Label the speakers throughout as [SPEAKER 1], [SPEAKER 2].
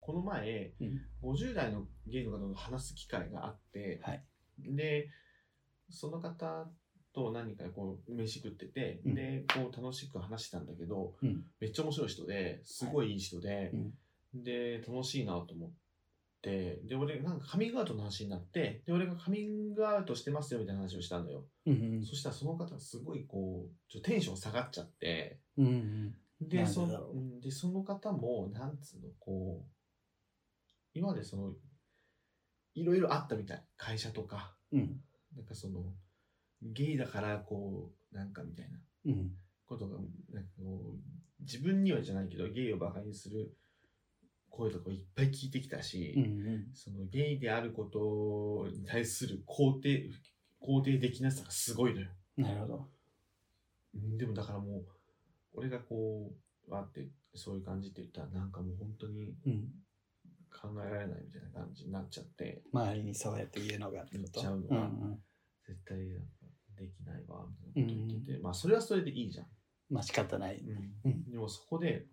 [SPEAKER 1] この前、
[SPEAKER 2] うん
[SPEAKER 1] 50代のゲイの方と話す機会があって、
[SPEAKER 2] はい
[SPEAKER 1] で、その方と何人かでこう飯食ってて、
[SPEAKER 2] うん
[SPEAKER 1] で、こう楽しく話してたんだけど、
[SPEAKER 2] うん
[SPEAKER 1] めっちゃ面白い人で、すごいいい人で、
[SPEAKER 2] うん
[SPEAKER 1] で、楽しいなと思って、で、俺、なんかカミングアウトの話になって、で、俺がカミングアウトしてますよみたいな話をしたのよ。
[SPEAKER 2] うん
[SPEAKER 1] そしたらその方がすごいこう、ちょっとテンション下がっちゃって、
[SPEAKER 2] うんうん
[SPEAKER 1] で、
[SPEAKER 2] なんで
[SPEAKER 1] そ
[SPEAKER 2] だ
[SPEAKER 1] の
[SPEAKER 2] ろう
[SPEAKER 1] うんでその方も、なんつうの、こう、今までその、いろいろあったみたい。会社とか、
[SPEAKER 2] うん
[SPEAKER 1] なんかその、ゲイだから、こう、なんかみたいな
[SPEAKER 2] うん
[SPEAKER 1] ことが、なんかこう、自分にはじゃないけど、ゲイをバカにする声とかをいっぱい聞いてきたし、
[SPEAKER 2] うん
[SPEAKER 1] そのゲイであることに対する肯定、肯定できなさがすごいのよ。
[SPEAKER 2] うんなるほど
[SPEAKER 1] うんでもだからもう俺がこうわーってそういう感じって言ったらなんかもう本当に
[SPEAKER 2] うん
[SPEAKER 1] 考えられないみたいな感じになっちゃって
[SPEAKER 2] 周りにそうやって言うのがってこ
[SPEAKER 1] 言っちゃ
[SPEAKER 2] と
[SPEAKER 1] うのが
[SPEAKER 2] んうん、
[SPEAKER 1] 絶対なんかできないわみたいなこと言ってて、まあそれはそれでいいじゃん、
[SPEAKER 2] まあ仕方ない
[SPEAKER 1] でもそこで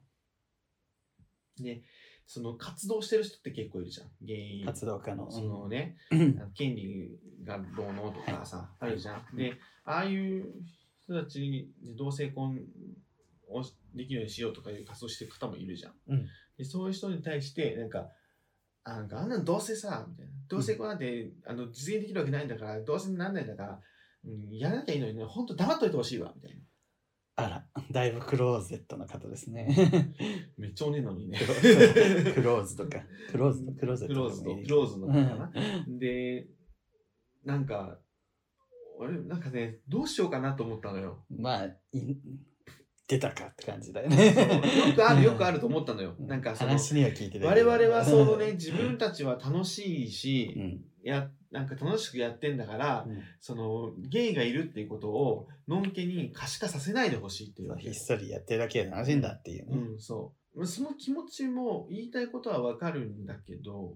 [SPEAKER 1] ねその活動してる人って結構いるじゃん原因
[SPEAKER 2] 活動家の
[SPEAKER 1] そのね、
[SPEAKER 2] うん
[SPEAKER 1] あの権利がどうのとかさ、
[SPEAKER 2] はい
[SPEAKER 1] あるじゃん。で、ああいう人たちに同性婚をできるようにしようとかいう活動してる方もいるじゃん。
[SPEAKER 2] うん
[SPEAKER 1] でそういう人に対して、なんか、あなんかあんなのどうせさ、みたいな。同性婚なんて、あの実現できるわけないんだから、どうせなんないんだから、うん、やらなきゃいいのにね、ほんと黙っといてほしいわ、みたいな。
[SPEAKER 2] あらだいぶクローゼットの方ですね
[SPEAKER 1] めっちゃおねえのに ね。
[SPEAKER 2] クローズとかクローズとクローゼッ
[SPEAKER 1] クロー
[SPEAKER 2] トと
[SPEAKER 1] ズ
[SPEAKER 2] か
[SPEAKER 1] と
[SPEAKER 2] もいい
[SPEAKER 1] クローズの方かな。で、なんか、俺、なんかね、どうしようかなと思ったのよ。
[SPEAKER 2] まあい出たかって感じだよ
[SPEAKER 1] そう
[SPEAKER 2] ね
[SPEAKER 1] よくあるよくあると思ったのよ。
[SPEAKER 2] うん
[SPEAKER 1] なんかその
[SPEAKER 2] 話には聞いてた
[SPEAKER 1] 我
[SPEAKER 2] けど
[SPEAKER 1] 々はそのね、自分たちは楽しいし、
[SPEAKER 2] うん
[SPEAKER 1] やなんか楽しくやってんだから、
[SPEAKER 2] うん
[SPEAKER 1] そのゲイがいるっていうことをのんけに可視化させないでほしいっていうわけ
[SPEAKER 2] ひっそりやってるだけで楽しいんだっていう
[SPEAKER 1] う
[SPEAKER 2] ね、
[SPEAKER 1] ん、そう。その気持ちも言いたいことはわかるんだけど、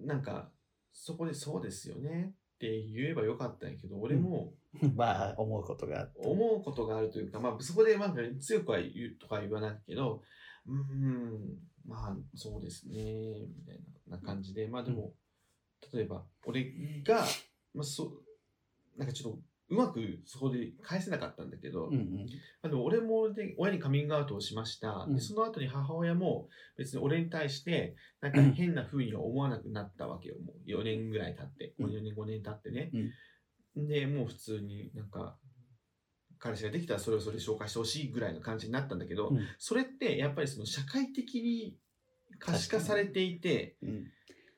[SPEAKER 1] なんかそこでそうですよねって言えばよかったんやけど、俺も
[SPEAKER 2] まあ思うことがあって
[SPEAKER 1] 思うことがあるというか、まあ、そこでなんか強くは言うとか言わないけど、うーん、まあ、そうですね、みたいな感じで、まあでも、例えば、俺が、まあ、そう、なんかちょっと、うまくそこで返せなかったんだけど、
[SPEAKER 2] うんうん
[SPEAKER 1] まあ、でも俺もで親にカミングアウトをしました、
[SPEAKER 2] うん
[SPEAKER 1] でその後に母親も別に俺に対してなんか
[SPEAKER 2] うん
[SPEAKER 1] 変な風には思わなくなったわけよもう4年ぐらい経って、
[SPEAKER 2] うん
[SPEAKER 1] 4年5年経ってね、でもう普通になんか彼氏ができたらそれをそれで紹介してほしいぐらいの感じになったんだけど、
[SPEAKER 2] うん
[SPEAKER 1] それってやっぱりその社会的に可視化されていて、
[SPEAKER 2] うん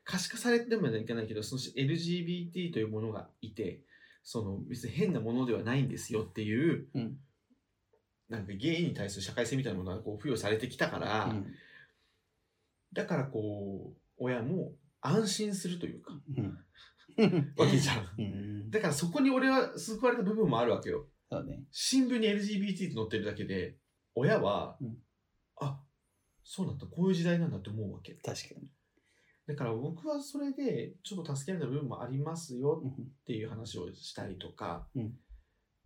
[SPEAKER 1] 可視化されてもいけないけど、その LGBT というものがいて、その別に変なものではないんですよっていう、
[SPEAKER 2] うん
[SPEAKER 1] なんかゲイに対する社会性みたいなものがこう付与されてきたから、だからこう、親も安心するというか、
[SPEAKER 2] うん
[SPEAKER 1] わけじゃん。
[SPEAKER 2] うん
[SPEAKER 1] だからそこに俺は救われた部分もあるわけよ。
[SPEAKER 2] そうね
[SPEAKER 1] 新聞に LGBT って載ってるだけで、親は、
[SPEAKER 2] うん
[SPEAKER 1] あ、そうなんだ、こういう時代なんだって思うわけ。
[SPEAKER 2] 確かに
[SPEAKER 1] だから僕はそれでちょっと助けられた部分もありますよっていう話をしたりとか、
[SPEAKER 2] うん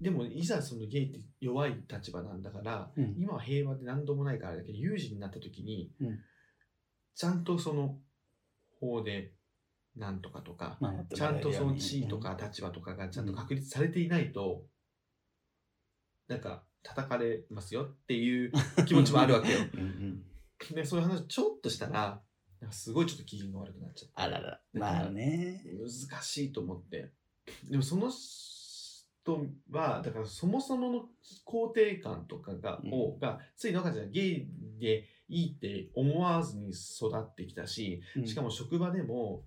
[SPEAKER 1] でもいざそのゲイって弱い立場なんだから
[SPEAKER 2] うんうん
[SPEAKER 1] 今は平和で何度もないからあれだけど有事になった時に、
[SPEAKER 2] うん
[SPEAKER 1] ちゃんとその法でなんとかとか、
[SPEAKER 2] まあやって
[SPEAKER 1] ち
[SPEAKER 2] も
[SPEAKER 1] ゃ
[SPEAKER 2] ら
[SPEAKER 1] ん
[SPEAKER 2] える
[SPEAKER 1] と
[SPEAKER 2] よ
[SPEAKER 1] そうの
[SPEAKER 2] に
[SPEAKER 1] 地位とか立場とかがちゃんと確立されていないと、なんか叩かれますよっていう気持ちもある わけよ。
[SPEAKER 2] うんうん
[SPEAKER 1] でそういう話ちょっとしたらなんかすごいちょっと機嫌が悪くなっちゃって
[SPEAKER 2] あららまあね
[SPEAKER 1] 難しいと思ってでもその人はだからそもそもの肯定感とかが,、
[SPEAKER 2] うん
[SPEAKER 1] をがついのかじゃゲイでいいって思わずに育ってきたししか
[SPEAKER 2] も
[SPEAKER 1] も職場でも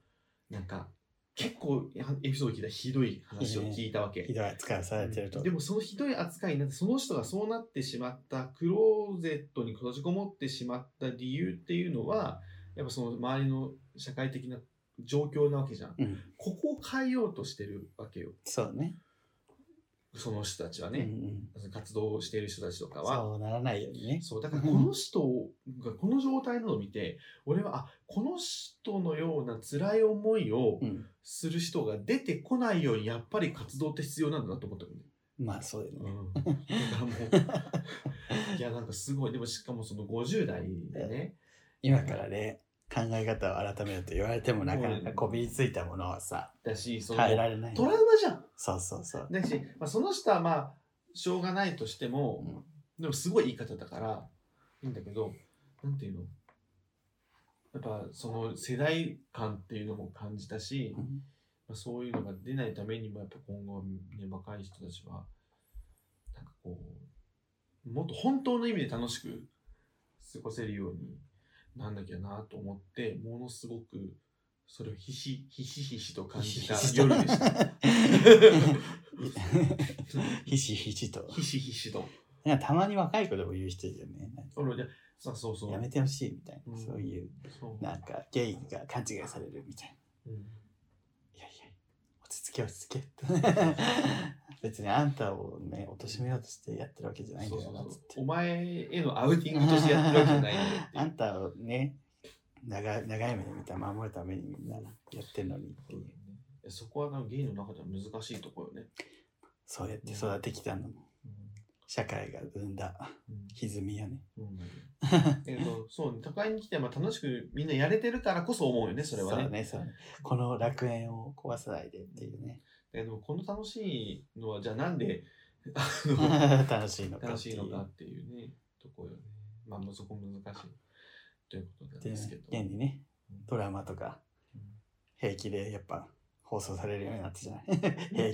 [SPEAKER 1] なんか結構やエピソード聞いたらひどい話を聞いたわけ、
[SPEAKER 2] ひどい扱いされてると
[SPEAKER 1] でもそのひどい扱いになってその人がそうなってしまったクローゼットに閉じこもってしまった理由っていうのはやっぱその周りの社会的な状況なわけじゃん
[SPEAKER 2] うん
[SPEAKER 1] ここを変えようとしてるわけよ
[SPEAKER 2] そうね
[SPEAKER 1] その人たちは
[SPEAKER 2] うんう
[SPEAKER 1] ね、
[SPEAKER 2] ん
[SPEAKER 1] 活動している人たちとかは
[SPEAKER 2] そうならないようにね
[SPEAKER 1] そうだからこの人がこの状態なのを見て俺はあこの人のような辛い思いを
[SPEAKER 2] うん
[SPEAKER 1] する人が出てこないようにやっぱり活動って必要なんだなと思ったのね、
[SPEAKER 2] まあそうだよね
[SPEAKER 1] うん、だ からもういやなんかすごいでもしかもその50代でね
[SPEAKER 2] 今からね、考え方を改めると言われてもなかなかこびりついたものはさ、
[SPEAKER 1] だし、その
[SPEAKER 2] 変えられない。
[SPEAKER 1] トラウマじゃん。
[SPEAKER 2] そうそうそう。
[SPEAKER 1] だし、まあ、その人はまあ、しょうがないとしても、
[SPEAKER 2] うん
[SPEAKER 1] でもすごい言い方だからいいんだけど、なんていうのやっぱその世代間っていうのも感じたし、
[SPEAKER 2] うん
[SPEAKER 1] まあ、そういうのが出ないためにもやっぱ今後はね若い人たちはなんかこうもっと本当の意味で楽しく過ごせるようになんなきゃなと思ってものすごくそれをひしひしひしと感じた夜で した。
[SPEAKER 2] ひしひし と。
[SPEAKER 1] ひしひしと。
[SPEAKER 2] なんかたまに若い子でも言う人いるよね。なんか
[SPEAKER 1] 俺でさそうそう。
[SPEAKER 2] やめてほしいみたいな、
[SPEAKER 1] うん
[SPEAKER 2] そういう、
[SPEAKER 1] そう
[SPEAKER 2] なんかゲイが勘違いされるみたいな。
[SPEAKER 1] うん
[SPEAKER 2] いやいや、落ち着け落ち着けって。 別にあんたをね、貶としめようとしてやってるわけじゃないん
[SPEAKER 1] そう
[SPEAKER 2] だ
[SPEAKER 1] そ
[SPEAKER 2] よ
[SPEAKER 1] う
[SPEAKER 2] なっ
[SPEAKER 1] そ
[SPEAKER 2] つっ
[SPEAKER 1] う
[SPEAKER 2] て。
[SPEAKER 1] お前へのアウティングとしてやってるわけじゃないんだよっていう
[SPEAKER 2] あんたをね、長い長い目で見たら守るためにみんなやってるのにっていう。
[SPEAKER 1] いやそこはなんかゲイの中では難しいところよね。
[SPEAKER 2] そうやって育ってきたのも、社会が生んだ
[SPEAKER 1] うん
[SPEAKER 2] 歪みやね。
[SPEAKER 1] うんえっと、そう、都会に来て、まあ、楽しくみんなやれてるからこそ思うよね、それは
[SPEAKER 2] そう
[SPEAKER 1] ね。
[SPEAKER 2] ね、そうね。この楽園を壊さないでってい うね。
[SPEAKER 1] えでも、この楽しいのは、じゃあなんで、あの、
[SPEAKER 2] 楽しいのか
[SPEAKER 1] 楽
[SPEAKER 2] って
[SPEAKER 1] し
[SPEAKER 2] い
[SPEAKER 1] いのか
[SPEAKER 2] う。
[SPEAKER 1] っていうね、とこよね。まあ、そこ難しい。ということなん
[SPEAKER 2] で
[SPEAKER 1] ですけど。
[SPEAKER 2] 現にね、ドラマとか
[SPEAKER 1] うん
[SPEAKER 2] 平気でやっぱ放送されるようになったじゃない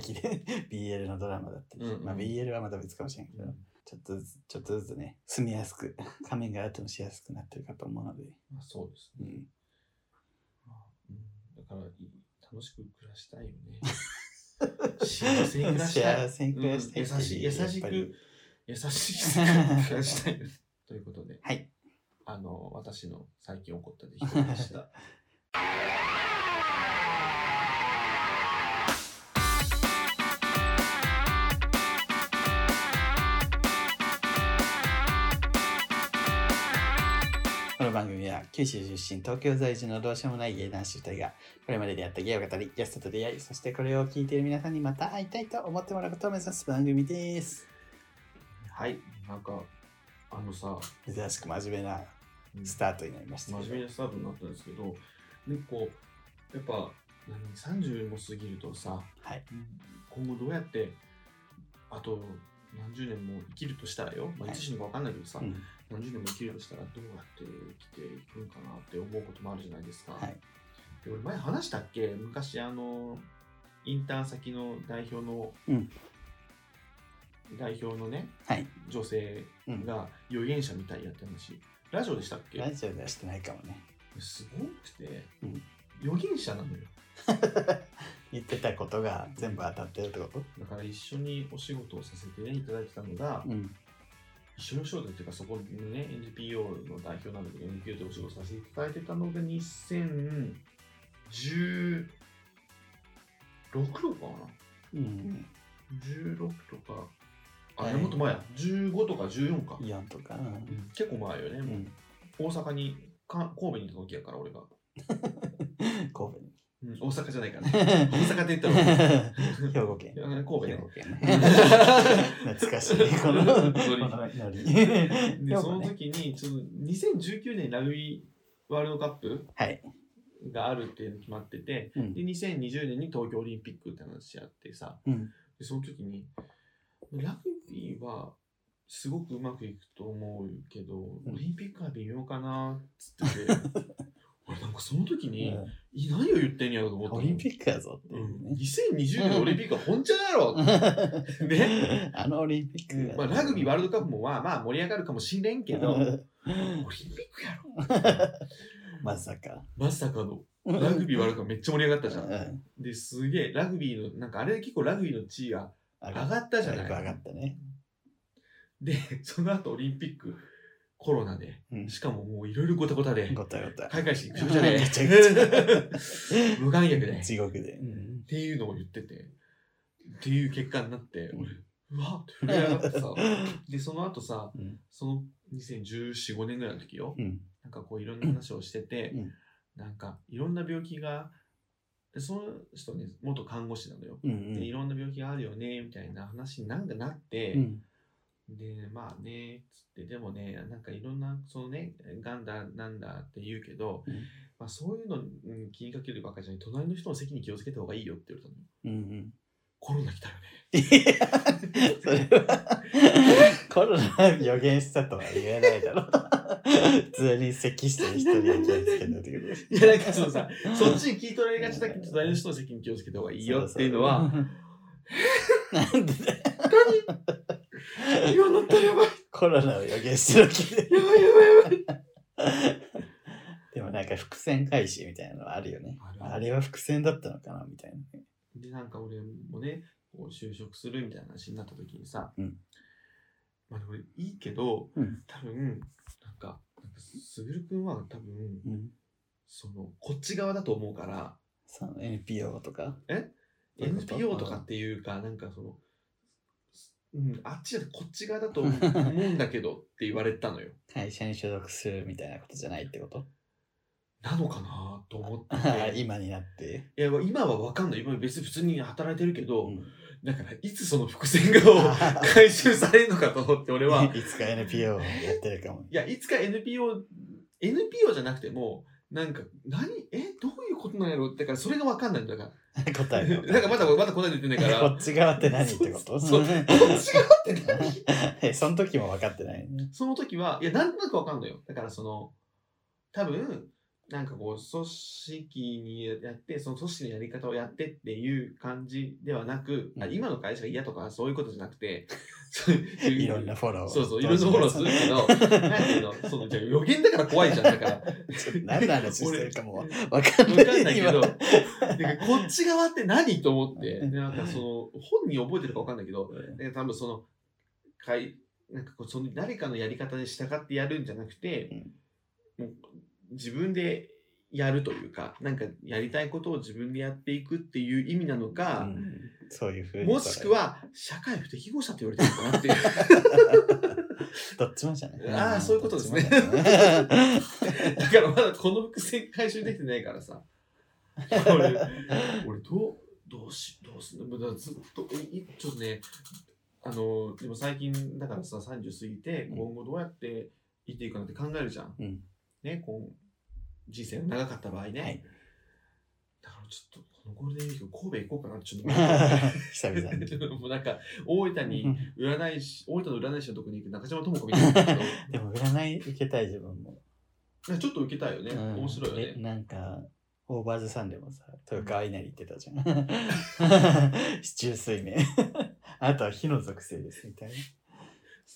[SPEAKER 2] 平気で BL のドラマだったり、
[SPEAKER 1] うんうん
[SPEAKER 2] まあ、BL はまた別かもしれないけど、
[SPEAKER 1] うん
[SPEAKER 2] ちょっとずつちょっとずつね住みやすく仮面がアウトもしやすくなってるかと思うので、
[SPEAKER 1] まあ、そうです
[SPEAKER 2] う
[SPEAKER 1] ね。
[SPEAKER 2] ん、
[SPEAKER 1] まあうんだから、いい楽しく暮らしたいよね。 幸せに暮らしたい
[SPEAKER 2] 幸。せに暮らした
[SPEAKER 1] う
[SPEAKER 2] い
[SPEAKER 1] ん優しい、優し
[SPEAKER 2] やっぱり
[SPEAKER 1] く、優しく暮らしたいよね。 ということで。
[SPEAKER 2] はい
[SPEAKER 1] あの、私の最近起こった出来事で した。
[SPEAKER 2] この番組は九州出身東京在住のどうしようもない芸男子2人がこれまででやった芸を語りゲストと出会いそしてこれを聞いている皆さんにまた会いたいと思ってもらうことを目指す番組です
[SPEAKER 1] はい、なんか、あのさ、
[SPEAKER 2] 珍しく真面目な
[SPEAKER 1] うん
[SPEAKER 2] スタートになりました
[SPEAKER 1] 真
[SPEAKER 2] けど
[SPEAKER 1] 面目なスタートになったんですけど、ね、こう、やっぱ、何30も過ぎるとさ、
[SPEAKER 2] はい
[SPEAKER 1] 今後どうやって、あと何十年も生きるとしたらよ、まあ、
[SPEAKER 2] はい
[SPEAKER 1] いつ死ぬか分かんないけどさ、
[SPEAKER 2] うん
[SPEAKER 1] 何十年も生きるとしたら、どうやって生きていくんかなって思うこともあるじゃないですか。
[SPEAKER 2] はい
[SPEAKER 1] で俺前話したっけ昔あのインターン先の代表の、
[SPEAKER 2] うん
[SPEAKER 1] 代表のね
[SPEAKER 2] はい
[SPEAKER 1] 女性
[SPEAKER 2] うん
[SPEAKER 1] が預言者みたいやって話ラジオでしたっけ
[SPEAKER 2] ラジオではしてないかもね。
[SPEAKER 1] すごくて、
[SPEAKER 2] うん
[SPEAKER 1] 預言者なのよ
[SPEAKER 2] 言ってたことが全部当たってるってこと
[SPEAKER 1] だから一緒にお仕事をさせて、ね、いただいてたのが、
[SPEAKER 2] うん。
[SPEAKER 1] 一緒にお仕事っていうかそこのね NPO の代表なんだけど NPO でお仕事させていただいてたのが2016とかかな
[SPEAKER 2] うん。
[SPEAKER 1] 16とか、あ、
[SPEAKER 2] はい
[SPEAKER 1] いやもっと前や、15とか14か。
[SPEAKER 2] イオンとか。う。
[SPEAKER 1] うんん結構前よね、
[SPEAKER 2] う、
[SPEAKER 1] もうん大阪に、か神戸にいた時やから、俺が。
[SPEAKER 2] 神戸
[SPEAKER 1] うん大阪じゃないからね。 大
[SPEAKER 2] に。
[SPEAKER 1] 阪って言ったら俺、
[SPEAKER 2] 兵庫県。
[SPEAKER 1] いや神戸
[SPEAKER 2] 兵
[SPEAKER 1] ね
[SPEAKER 2] 庫。県
[SPEAKER 1] うん
[SPEAKER 2] ね。懐かしい。この、
[SPEAKER 1] ノ
[SPEAKER 2] こ
[SPEAKER 1] リ
[SPEAKER 2] のノリ。
[SPEAKER 1] で、
[SPEAKER 2] 兵
[SPEAKER 1] そ
[SPEAKER 2] 庫
[SPEAKER 1] の
[SPEAKER 2] ね
[SPEAKER 1] 時に、ちょっと2019年ラグビーワールドカップ
[SPEAKER 2] はい。
[SPEAKER 1] があるっていうの決まってて、
[SPEAKER 2] うん
[SPEAKER 1] で、2020年に東京オリンピックって話やってさ、
[SPEAKER 2] うん。
[SPEAKER 1] でその時にラグビーはすごくうまくいくと思うけど、
[SPEAKER 2] うん
[SPEAKER 1] オリンピックは微妙かなっつってて 俺なんかその時に、
[SPEAKER 2] うん
[SPEAKER 1] い何を言ってんやろと思った
[SPEAKER 2] オリン
[SPEAKER 1] ッ
[SPEAKER 2] ピックやぞって
[SPEAKER 1] ク、う
[SPEAKER 2] い
[SPEAKER 1] ん
[SPEAKER 2] う、ね。
[SPEAKER 1] 2020年オリンピックは本ちゃだろね、
[SPEAKER 2] あのオリンピック
[SPEAKER 1] うん
[SPEAKER 2] が
[SPEAKER 1] まあ、ラグビーワールドカップもまあまあ盛り上がるかもしれんけどオリンピックやろ
[SPEAKER 2] まさか。
[SPEAKER 1] まさかのラグビーワールドカップめっちゃ盛り上がったじゃん
[SPEAKER 2] うん
[SPEAKER 1] ですげえラグビーのなんかあれ結構ラグビーの地位が
[SPEAKER 2] 上
[SPEAKER 1] 上
[SPEAKER 2] がっ
[SPEAKER 1] がった
[SPEAKER 2] た
[SPEAKER 1] じゃない
[SPEAKER 2] 上がったね。
[SPEAKER 1] で、その後オリンピック、コロナで、
[SPEAKER 2] うん。
[SPEAKER 1] しかももういろいろごたごたで、
[SPEAKER 2] ごたごた。
[SPEAKER 1] 開会式ぐちゃぐち ゃで
[SPEAKER 2] ぐちゃぐ、
[SPEAKER 1] 無観客 で、っ
[SPEAKER 2] 地獄で。うん
[SPEAKER 1] ていうのを言ってて、っていう結果になって、
[SPEAKER 2] うん
[SPEAKER 1] 俺、うわって震え上がって さ、で、その後さ、
[SPEAKER 2] うん
[SPEAKER 1] その2014、5年ぐらいの時よ、
[SPEAKER 2] うん。
[SPEAKER 1] なんかこういろんな話をしてて、
[SPEAKER 2] うん
[SPEAKER 1] なんかいろんな病気が、でその人ね、元看護師なのよ。
[SPEAKER 2] うんう
[SPEAKER 1] で、い
[SPEAKER 2] ん
[SPEAKER 1] ろんな病気があるよね、みたいな話になんかなって、
[SPEAKER 2] うん。
[SPEAKER 1] で、まあね、つって、でもね、なんかいろんな、そのね、ガンだ、なんだって言うけど、
[SPEAKER 2] うん
[SPEAKER 1] まあそういうのうん気にかけるばっかじゃない、隣の人の席に気をつけた方がいいよって言われたのよ。
[SPEAKER 2] うんうん。
[SPEAKER 1] コロナ来たよね。
[SPEAKER 2] いやそれは コロナ予言したとは言えないだろ。 普通に咳してる人には気をつけたってことで
[SPEAKER 1] いや、なんかそのさ、 そっちに聞い取られがちだけど、隣の人の席に気をつけた方がいいよっていうの は、。
[SPEAKER 2] なんでだよ
[SPEAKER 1] 今乗ったら やばい、
[SPEAKER 2] コロナを予言してるわけで。
[SPEAKER 1] やばいやばいやばい。
[SPEAKER 2] でもなんか伏線回収みたいなのはあるよね。
[SPEAKER 1] あるある
[SPEAKER 2] あれは伏線だったのかなみたいな。
[SPEAKER 1] で、なんか俺もね、こう就職するみたいな話になった時にさ、
[SPEAKER 2] うん
[SPEAKER 1] まあでもいいけど、
[SPEAKER 2] うん
[SPEAKER 1] 多分、なんか、なんかすぐるくんは多分、
[SPEAKER 2] うん。
[SPEAKER 1] その、こっち側だと思うから、
[SPEAKER 2] その NPO とか。
[SPEAKER 1] え
[SPEAKER 2] どういうこと
[SPEAKER 1] NPO とかっていうか、なんかその、うん、あっちだとこっち側だと思うんだけどって言われたのよ。
[SPEAKER 2] 会社に所属するみたいなことじゃないってこと
[SPEAKER 1] なのかなと思って。 い
[SPEAKER 2] 今になって。
[SPEAKER 1] や今はわかんない。今別に普通に働いてるけど、
[SPEAKER 2] うん
[SPEAKER 1] だからいつその伏線が 回収されるのかと思って俺は。
[SPEAKER 2] いつか NPO をやってるかも。
[SPEAKER 1] いや、いつか NPO、NPO じゃなくても、なんか、何えどういうことなんやろだから、それがわかんないんだか
[SPEAKER 2] 答
[SPEAKER 1] ら。
[SPEAKER 2] えが分
[SPEAKER 1] なんか、 まだ、まだ答え出て ないか
[SPEAKER 2] え
[SPEAKER 1] ら。
[SPEAKER 2] こっち側って何ってこと
[SPEAKER 1] そうそうこっち側って何
[SPEAKER 2] えその時も分かってない。
[SPEAKER 1] その時は、いや、なんとなくわかんないよ。だから、その、多分、なんかこう、組織にやって、その組織のやり方をやってっていう感じではなく、あ
[SPEAKER 2] うん
[SPEAKER 1] 今の会社が嫌とかそういうことじゃなくて、そういう
[SPEAKER 2] いろんなフォローを。
[SPEAKER 1] そうそう、いろんなフォローするけど、 なんていうの、その、じゃあ予言だから怖いじゃん、だから。
[SPEAKER 2] 何の話してるかも
[SPEAKER 1] 俺
[SPEAKER 2] 分かん
[SPEAKER 1] わ
[SPEAKER 2] ない。
[SPEAKER 1] かんないけど、
[SPEAKER 2] 今
[SPEAKER 1] なんかこっち側って何と思っ て、でなんかその本人覚えてるかわかんないけど、なんか多分その、かいなんかこうその誰かのやり方に従ってやるんじゃなくて、もう自分でやるというか、なんかやりたいことを自分でやっていくっていう意味なの
[SPEAKER 2] う
[SPEAKER 1] か、
[SPEAKER 2] んそういうふうに。
[SPEAKER 1] もしく、は社会不適合者って言われてるのかなっていう。
[SPEAKER 2] どっちもじゃない。
[SPEAKER 1] あーそういうことですね
[SPEAKER 2] どっちもじゃない
[SPEAKER 1] だからまだこの伏線回収できてないからさ。俺、俺どう、どうし、どうすんのだからずっと、いいちょっとね、あの、でも最近、だからさ、30過ぎて、
[SPEAKER 2] うん
[SPEAKER 1] 今後どうやって生きていくかなって考えるじゃん。
[SPEAKER 2] うん
[SPEAKER 1] ね、こう、人生が長かった場合ね。
[SPEAKER 2] はい
[SPEAKER 1] だからちょっと、このゴールデンウィーク神戸行こうかなって ちょっと思 って。
[SPEAKER 2] 久々に。
[SPEAKER 1] もうなんか、大分に占い師、大分の占い師のとこに行く中島智子みたいな人。 なん
[SPEAKER 2] でも占い受けたい自分も。
[SPEAKER 1] かちょっと受けたいよね。
[SPEAKER 2] うん
[SPEAKER 1] 面白いよね
[SPEAKER 2] え。なんか、オーバーズさんでもさ、豊川稲荷言ってたじゃん。 市中水明。あとは火の属性ですみたい
[SPEAKER 1] 好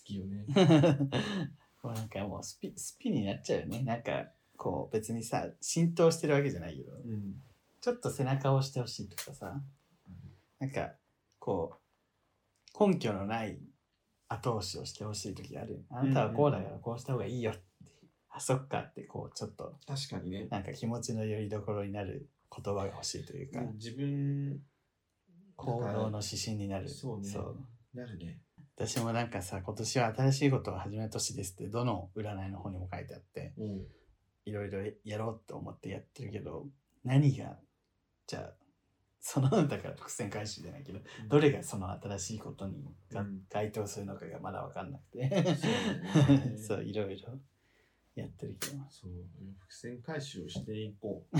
[SPEAKER 1] きよね。
[SPEAKER 2] な。 もうなんかもうスピスピになっちゃうよね。なんかこう別にさ、浸透してるわけじゃないけど、
[SPEAKER 1] うん。
[SPEAKER 2] ちょっと背中を押してほしいとかさ、なんかこう、根拠のない後押しをしてほしい時あるよ。あなたはこうだからこうした方がいいよって。あ、そっかってこうちょっと
[SPEAKER 1] 確かにね。
[SPEAKER 2] なんか気持ちのよりどころになる言葉が欲しいというか、
[SPEAKER 1] 自分、
[SPEAKER 2] 行動の指針になる。
[SPEAKER 1] そうね。なるね。
[SPEAKER 2] 私もなんかさ、今年は新しいことを始める年ですって、どの占いの方にも書いてあって、
[SPEAKER 1] うん。
[SPEAKER 2] いろいろやろうと思ってやってるけど、何が、じゃあ、その、だから伏線回収じゃないけど、どれがその新しいことにが
[SPEAKER 1] うん
[SPEAKER 2] 該当するのかがまだ分かんなく
[SPEAKER 1] そうだよ
[SPEAKER 2] て、
[SPEAKER 1] ね
[SPEAKER 2] そう、いろいろやってるけど、
[SPEAKER 1] そう。伏線回収をしていこ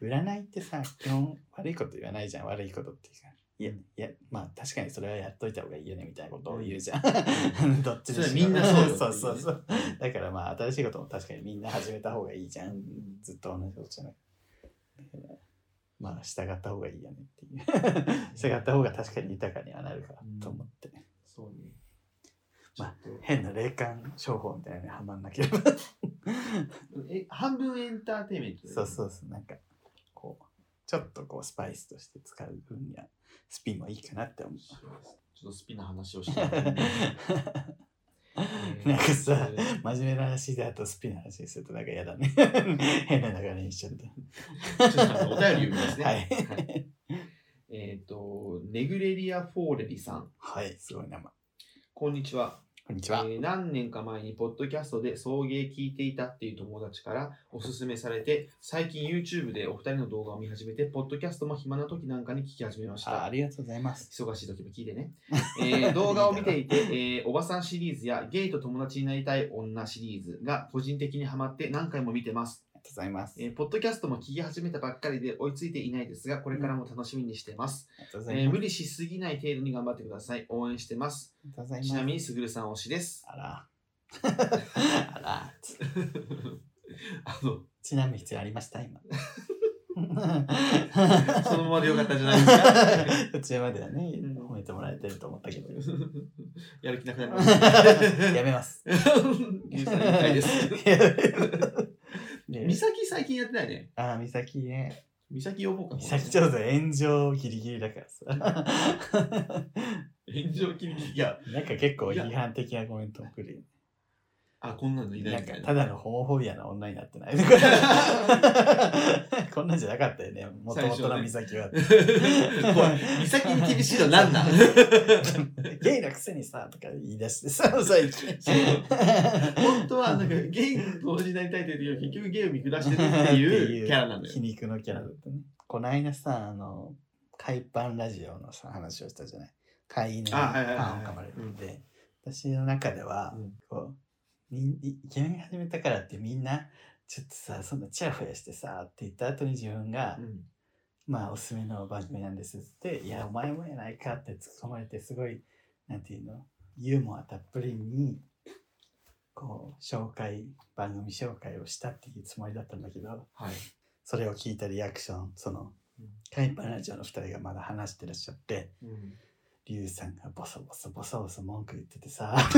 [SPEAKER 1] う。
[SPEAKER 2] 占いってさ基本悪いこと言わないじゃん悪いことっていうかいやいやまあ確かにそれはやっといた方がいいよねみたいなことを言うじゃん、 どっち
[SPEAKER 1] それ
[SPEAKER 2] に
[SPEAKER 1] は
[SPEAKER 2] しろ
[SPEAKER 1] みんなそうよ
[SPEAKER 2] そうそうそう
[SPEAKER 1] っていうね
[SPEAKER 2] だからまあ新しいことも確かにみんな始めた方がいいじゃ
[SPEAKER 1] う
[SPEAKER 2] ん、
[SPEAKER 1] ん
[SPEAKER 2] ずっと同じことじゃないだからまあ従った方がいいよねっていう 従った方が確かに豊かにはなるからと思って、
[SPEAKER 1] そうね。ちょ
[SPEAKER 2] ま
[SPEAKER 1] っ
[SPEAKER 2] あ
[SPEAKER 1] と
[SPEAKER 2] 変な霊感商法みたいなのにはまんなければ
[SPEAKER 1] え半分エンターテインメントだよ
[SPEAKER 2] そう
[SPEAKER 1] ね
[SPEAKER 2] そうそうなんかこうちょっとこうスパイスとして使う分にはスピンもいいかなって思う
[SPEAKER 1] ちょっとスピな話をしてる
[SPEAKER 2] なんかさ、真面目な話であとスピンの話にするとなんか嫌だね。変な流れにしちゃった。
[SPEAKER 1] ちょっとあのお便り読みますね。
[SPEAKER 2] はい
[SPEAKER 1] いえっと、ネグレリア・フォーレリさん。
[SPEAKER 2] はい、すごい名前。
[SPEAKER 1] こんにちは。
[SPEAKER 2] こんにち
[SPEAKER 1] え
[SPEAKER 2] は。
[SPEAKER 1] ー何年か前にポッドキャストで送迎聞いていたっていう友達からおすすめされて最近 YouTube でお二人の動画を見始めてポッドキャストも暇な時なんかに聞き始めまし
[SPEAKER 2] ああ
[SPEAKER 1] た
[SPEAKER 2] りがとうございます。
[SPEAKER 1] 忙しい時も聞いてね、 えー動画を見ていて、えーおばさんシリーズやゲイと友達になりたい女シリーズが個人的にハマって何回も見てます、
[SPEAKER 2] ありがとうございます。
[SPEAKER 1] えーポッドキャストも聞き始めたばっかりで追いついていないですがこれからも楽しみにしてます、
[SPEAKER 2] ありがとうござ
[SPEAKER 1] え
[SPEAKER 2] い
[SPEAKER 1] ー
[SPEAKER 2] ます。
[SPEAKER 1] 無理しすぎない程度に頑張ってください応援してます
[SPEAKER 2] ありがとうございます。
[SPEAKER 1] ちなみにすぐるさん推しです
[SPEAKER 2] あ ら。あら。つ
[SPEAKER 1] あ の
[SPEAKER 2] ちなみに必要ありました、今。
[SPEAKER 1] そのままでよかったんじゃないですか
[SPEAKER 2] 途中まではね、
[SPEAKER 1] うん
[SPEAKER 2] 褒めてもらえてると思ったけ ど。
[SPEAKER 1] やる気なくなりました。
[SPEAKER 2] やめます。
[SPEAKER 1] ミサキ回です。
[SPEAKER 2] ね
[SPEAKER 1] ミサキ最近やってないね。
[SPEAKER 2] あー、美咲ね。
[SPEAKER 1] ミサキ呼ぼうか。
[SPEAKER 2] 美咲ちょっと炎上ギリギリだからさ。
[SPEAKER 1] 炎上気味。いや、
[SPEAKER 2] なんか結構批判的なコメントも来るよ。
[SPEAKER 1] あ、こんなのいな
[SPEAKER 2] ないん
[SPEAKER 1] み
[SPEAKER 2] か
[SPEAKER 1] たいな。
[SPEAKER 2] ただのホモフォビアな女になってない。 こんなんじゃなかったよね。もともとの美咲は。
[SPEAKER 1] 怖いミサキに厳しいの なんなん
[SPEAKER 2] ゲイのくせにさとか言い出してさ、 最近。
[SPEAKER 1] そう本当はなんかゲイの同時になりたいという時は結局ゲイを見下してるっていうキャラなんだよ
[SPEAKER 2] 皮。肉のキャラだったね。こないださ、あの、海パンラジオのさ話をしたじゃない。飼い犬に
[SPEAKER 1] あ
[SPEAKER 2] パ
[SPEAKER 1] はいはいはい
[SPEAKER 2] ンを噛まれてて、私の中では、
[SPEAKER 1] うん
[SPEAKER 2] こう、みんイケメン始めたからってみんな、ちょっとさ、そんなチヤホヤしてさって言った後に自分が、
[SPEAKER 1] うん
[SPEAKER 2] まあ、おすすめの番組なんですって、いや、お前もやないかって突っ込まれて、すごい、なんていうの、ユーモアたっぷりに、こう、紹介、番組紹介をしたっていうつもりだったんだけど、
[SPEAKER 1] はい。
[SPEAKER 2] それを聞いたリアクション、その
[SPEAKER 1] うん、
[SPEAKER 2] カイパラジオの二人がまだ話してらっしゃって、
[SPEAKER 1] うん
[SPEAKER 2] リュウさんがボソボソボソボソ文句言っててさ、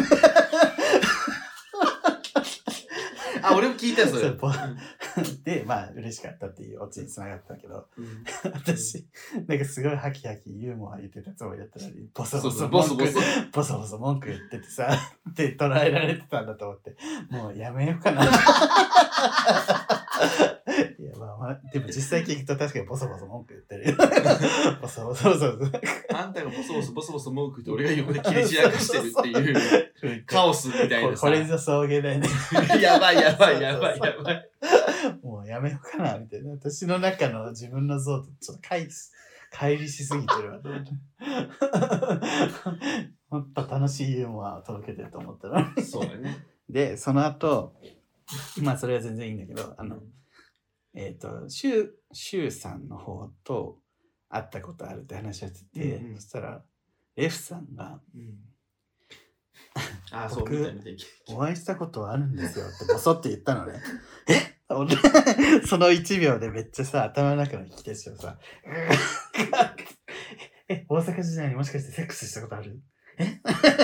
[SPEAKER 1] あ、俺も聞いたよ、それ。
[SPEAKER 2] そうぼ
[SPEAKER 1] うん
[SPEAKER 2] で、まあ、嬉しかったっていうオチにつながったけど、
[SPEAKER 1] うん
[SPEAKER 2] 私、なんかすごいハキハキユーモア言ってたつもりだったのに、ボソ
[SPEAKER 1] そ
[SPEAKER 2] ボ
[SPEAKER 1] うそ
[SPEAKER 2] ソ
[SPEAKER 1] う、ボ
[SPEAKER 2] ボ
[SPEAKER 1] ソボ
[SPEAKER 2] ソボソ
[SPEAKER 1] ソ。
[SPEAKER 2] ボソボソ文句言っててさ、 って捉えられてたんだと思って、もうやめよ うかな。いや、まあまあ、でも実際聞くと確かにボソボソ文句 言ってるよ。ボソボソボソボソ。
[SPEAKER 1] あんたがボソボソボソボソ文句言って、俺が横で切れ散らかしてるっていうカオスみたい
[SPEAKER 2] こ
[SPEAKER 1] なさ。
[SPEAKER 2] これぞ送迎だよね。
[SPEAKER 1] やばいやばいやばいやばい。
[SPEAKER 2] もうやめようかな、みたいな。私の中の自分の像とちょっと乖離し乖離しすぎてる わ。もっと楽しいユーモアを届けてると思ったら。
[SPEAKER 1] そうだね。
[SPEAKER 2] で、その後、まあそれは全然いいんだけど、あの、えっ、と、シュウ、シュウさんの方と会ったことあるって話をしてて、
[SPEAKER 1] うんうん
[SPEAKER 2] そしたら、F さんが、
[SPEAKER 1] うん。あ、そう、
[SPEAKER 2] 僕
[SPEAKER 1] 見た見た。
[SPEAKER 2] お会いしたことはあるんですよってボソって言った のね。え俺、その1秒でめっちゃさ、頭の中の引き出しをさ、うー え、大阪時代にもしかしてセックスしたことあるえ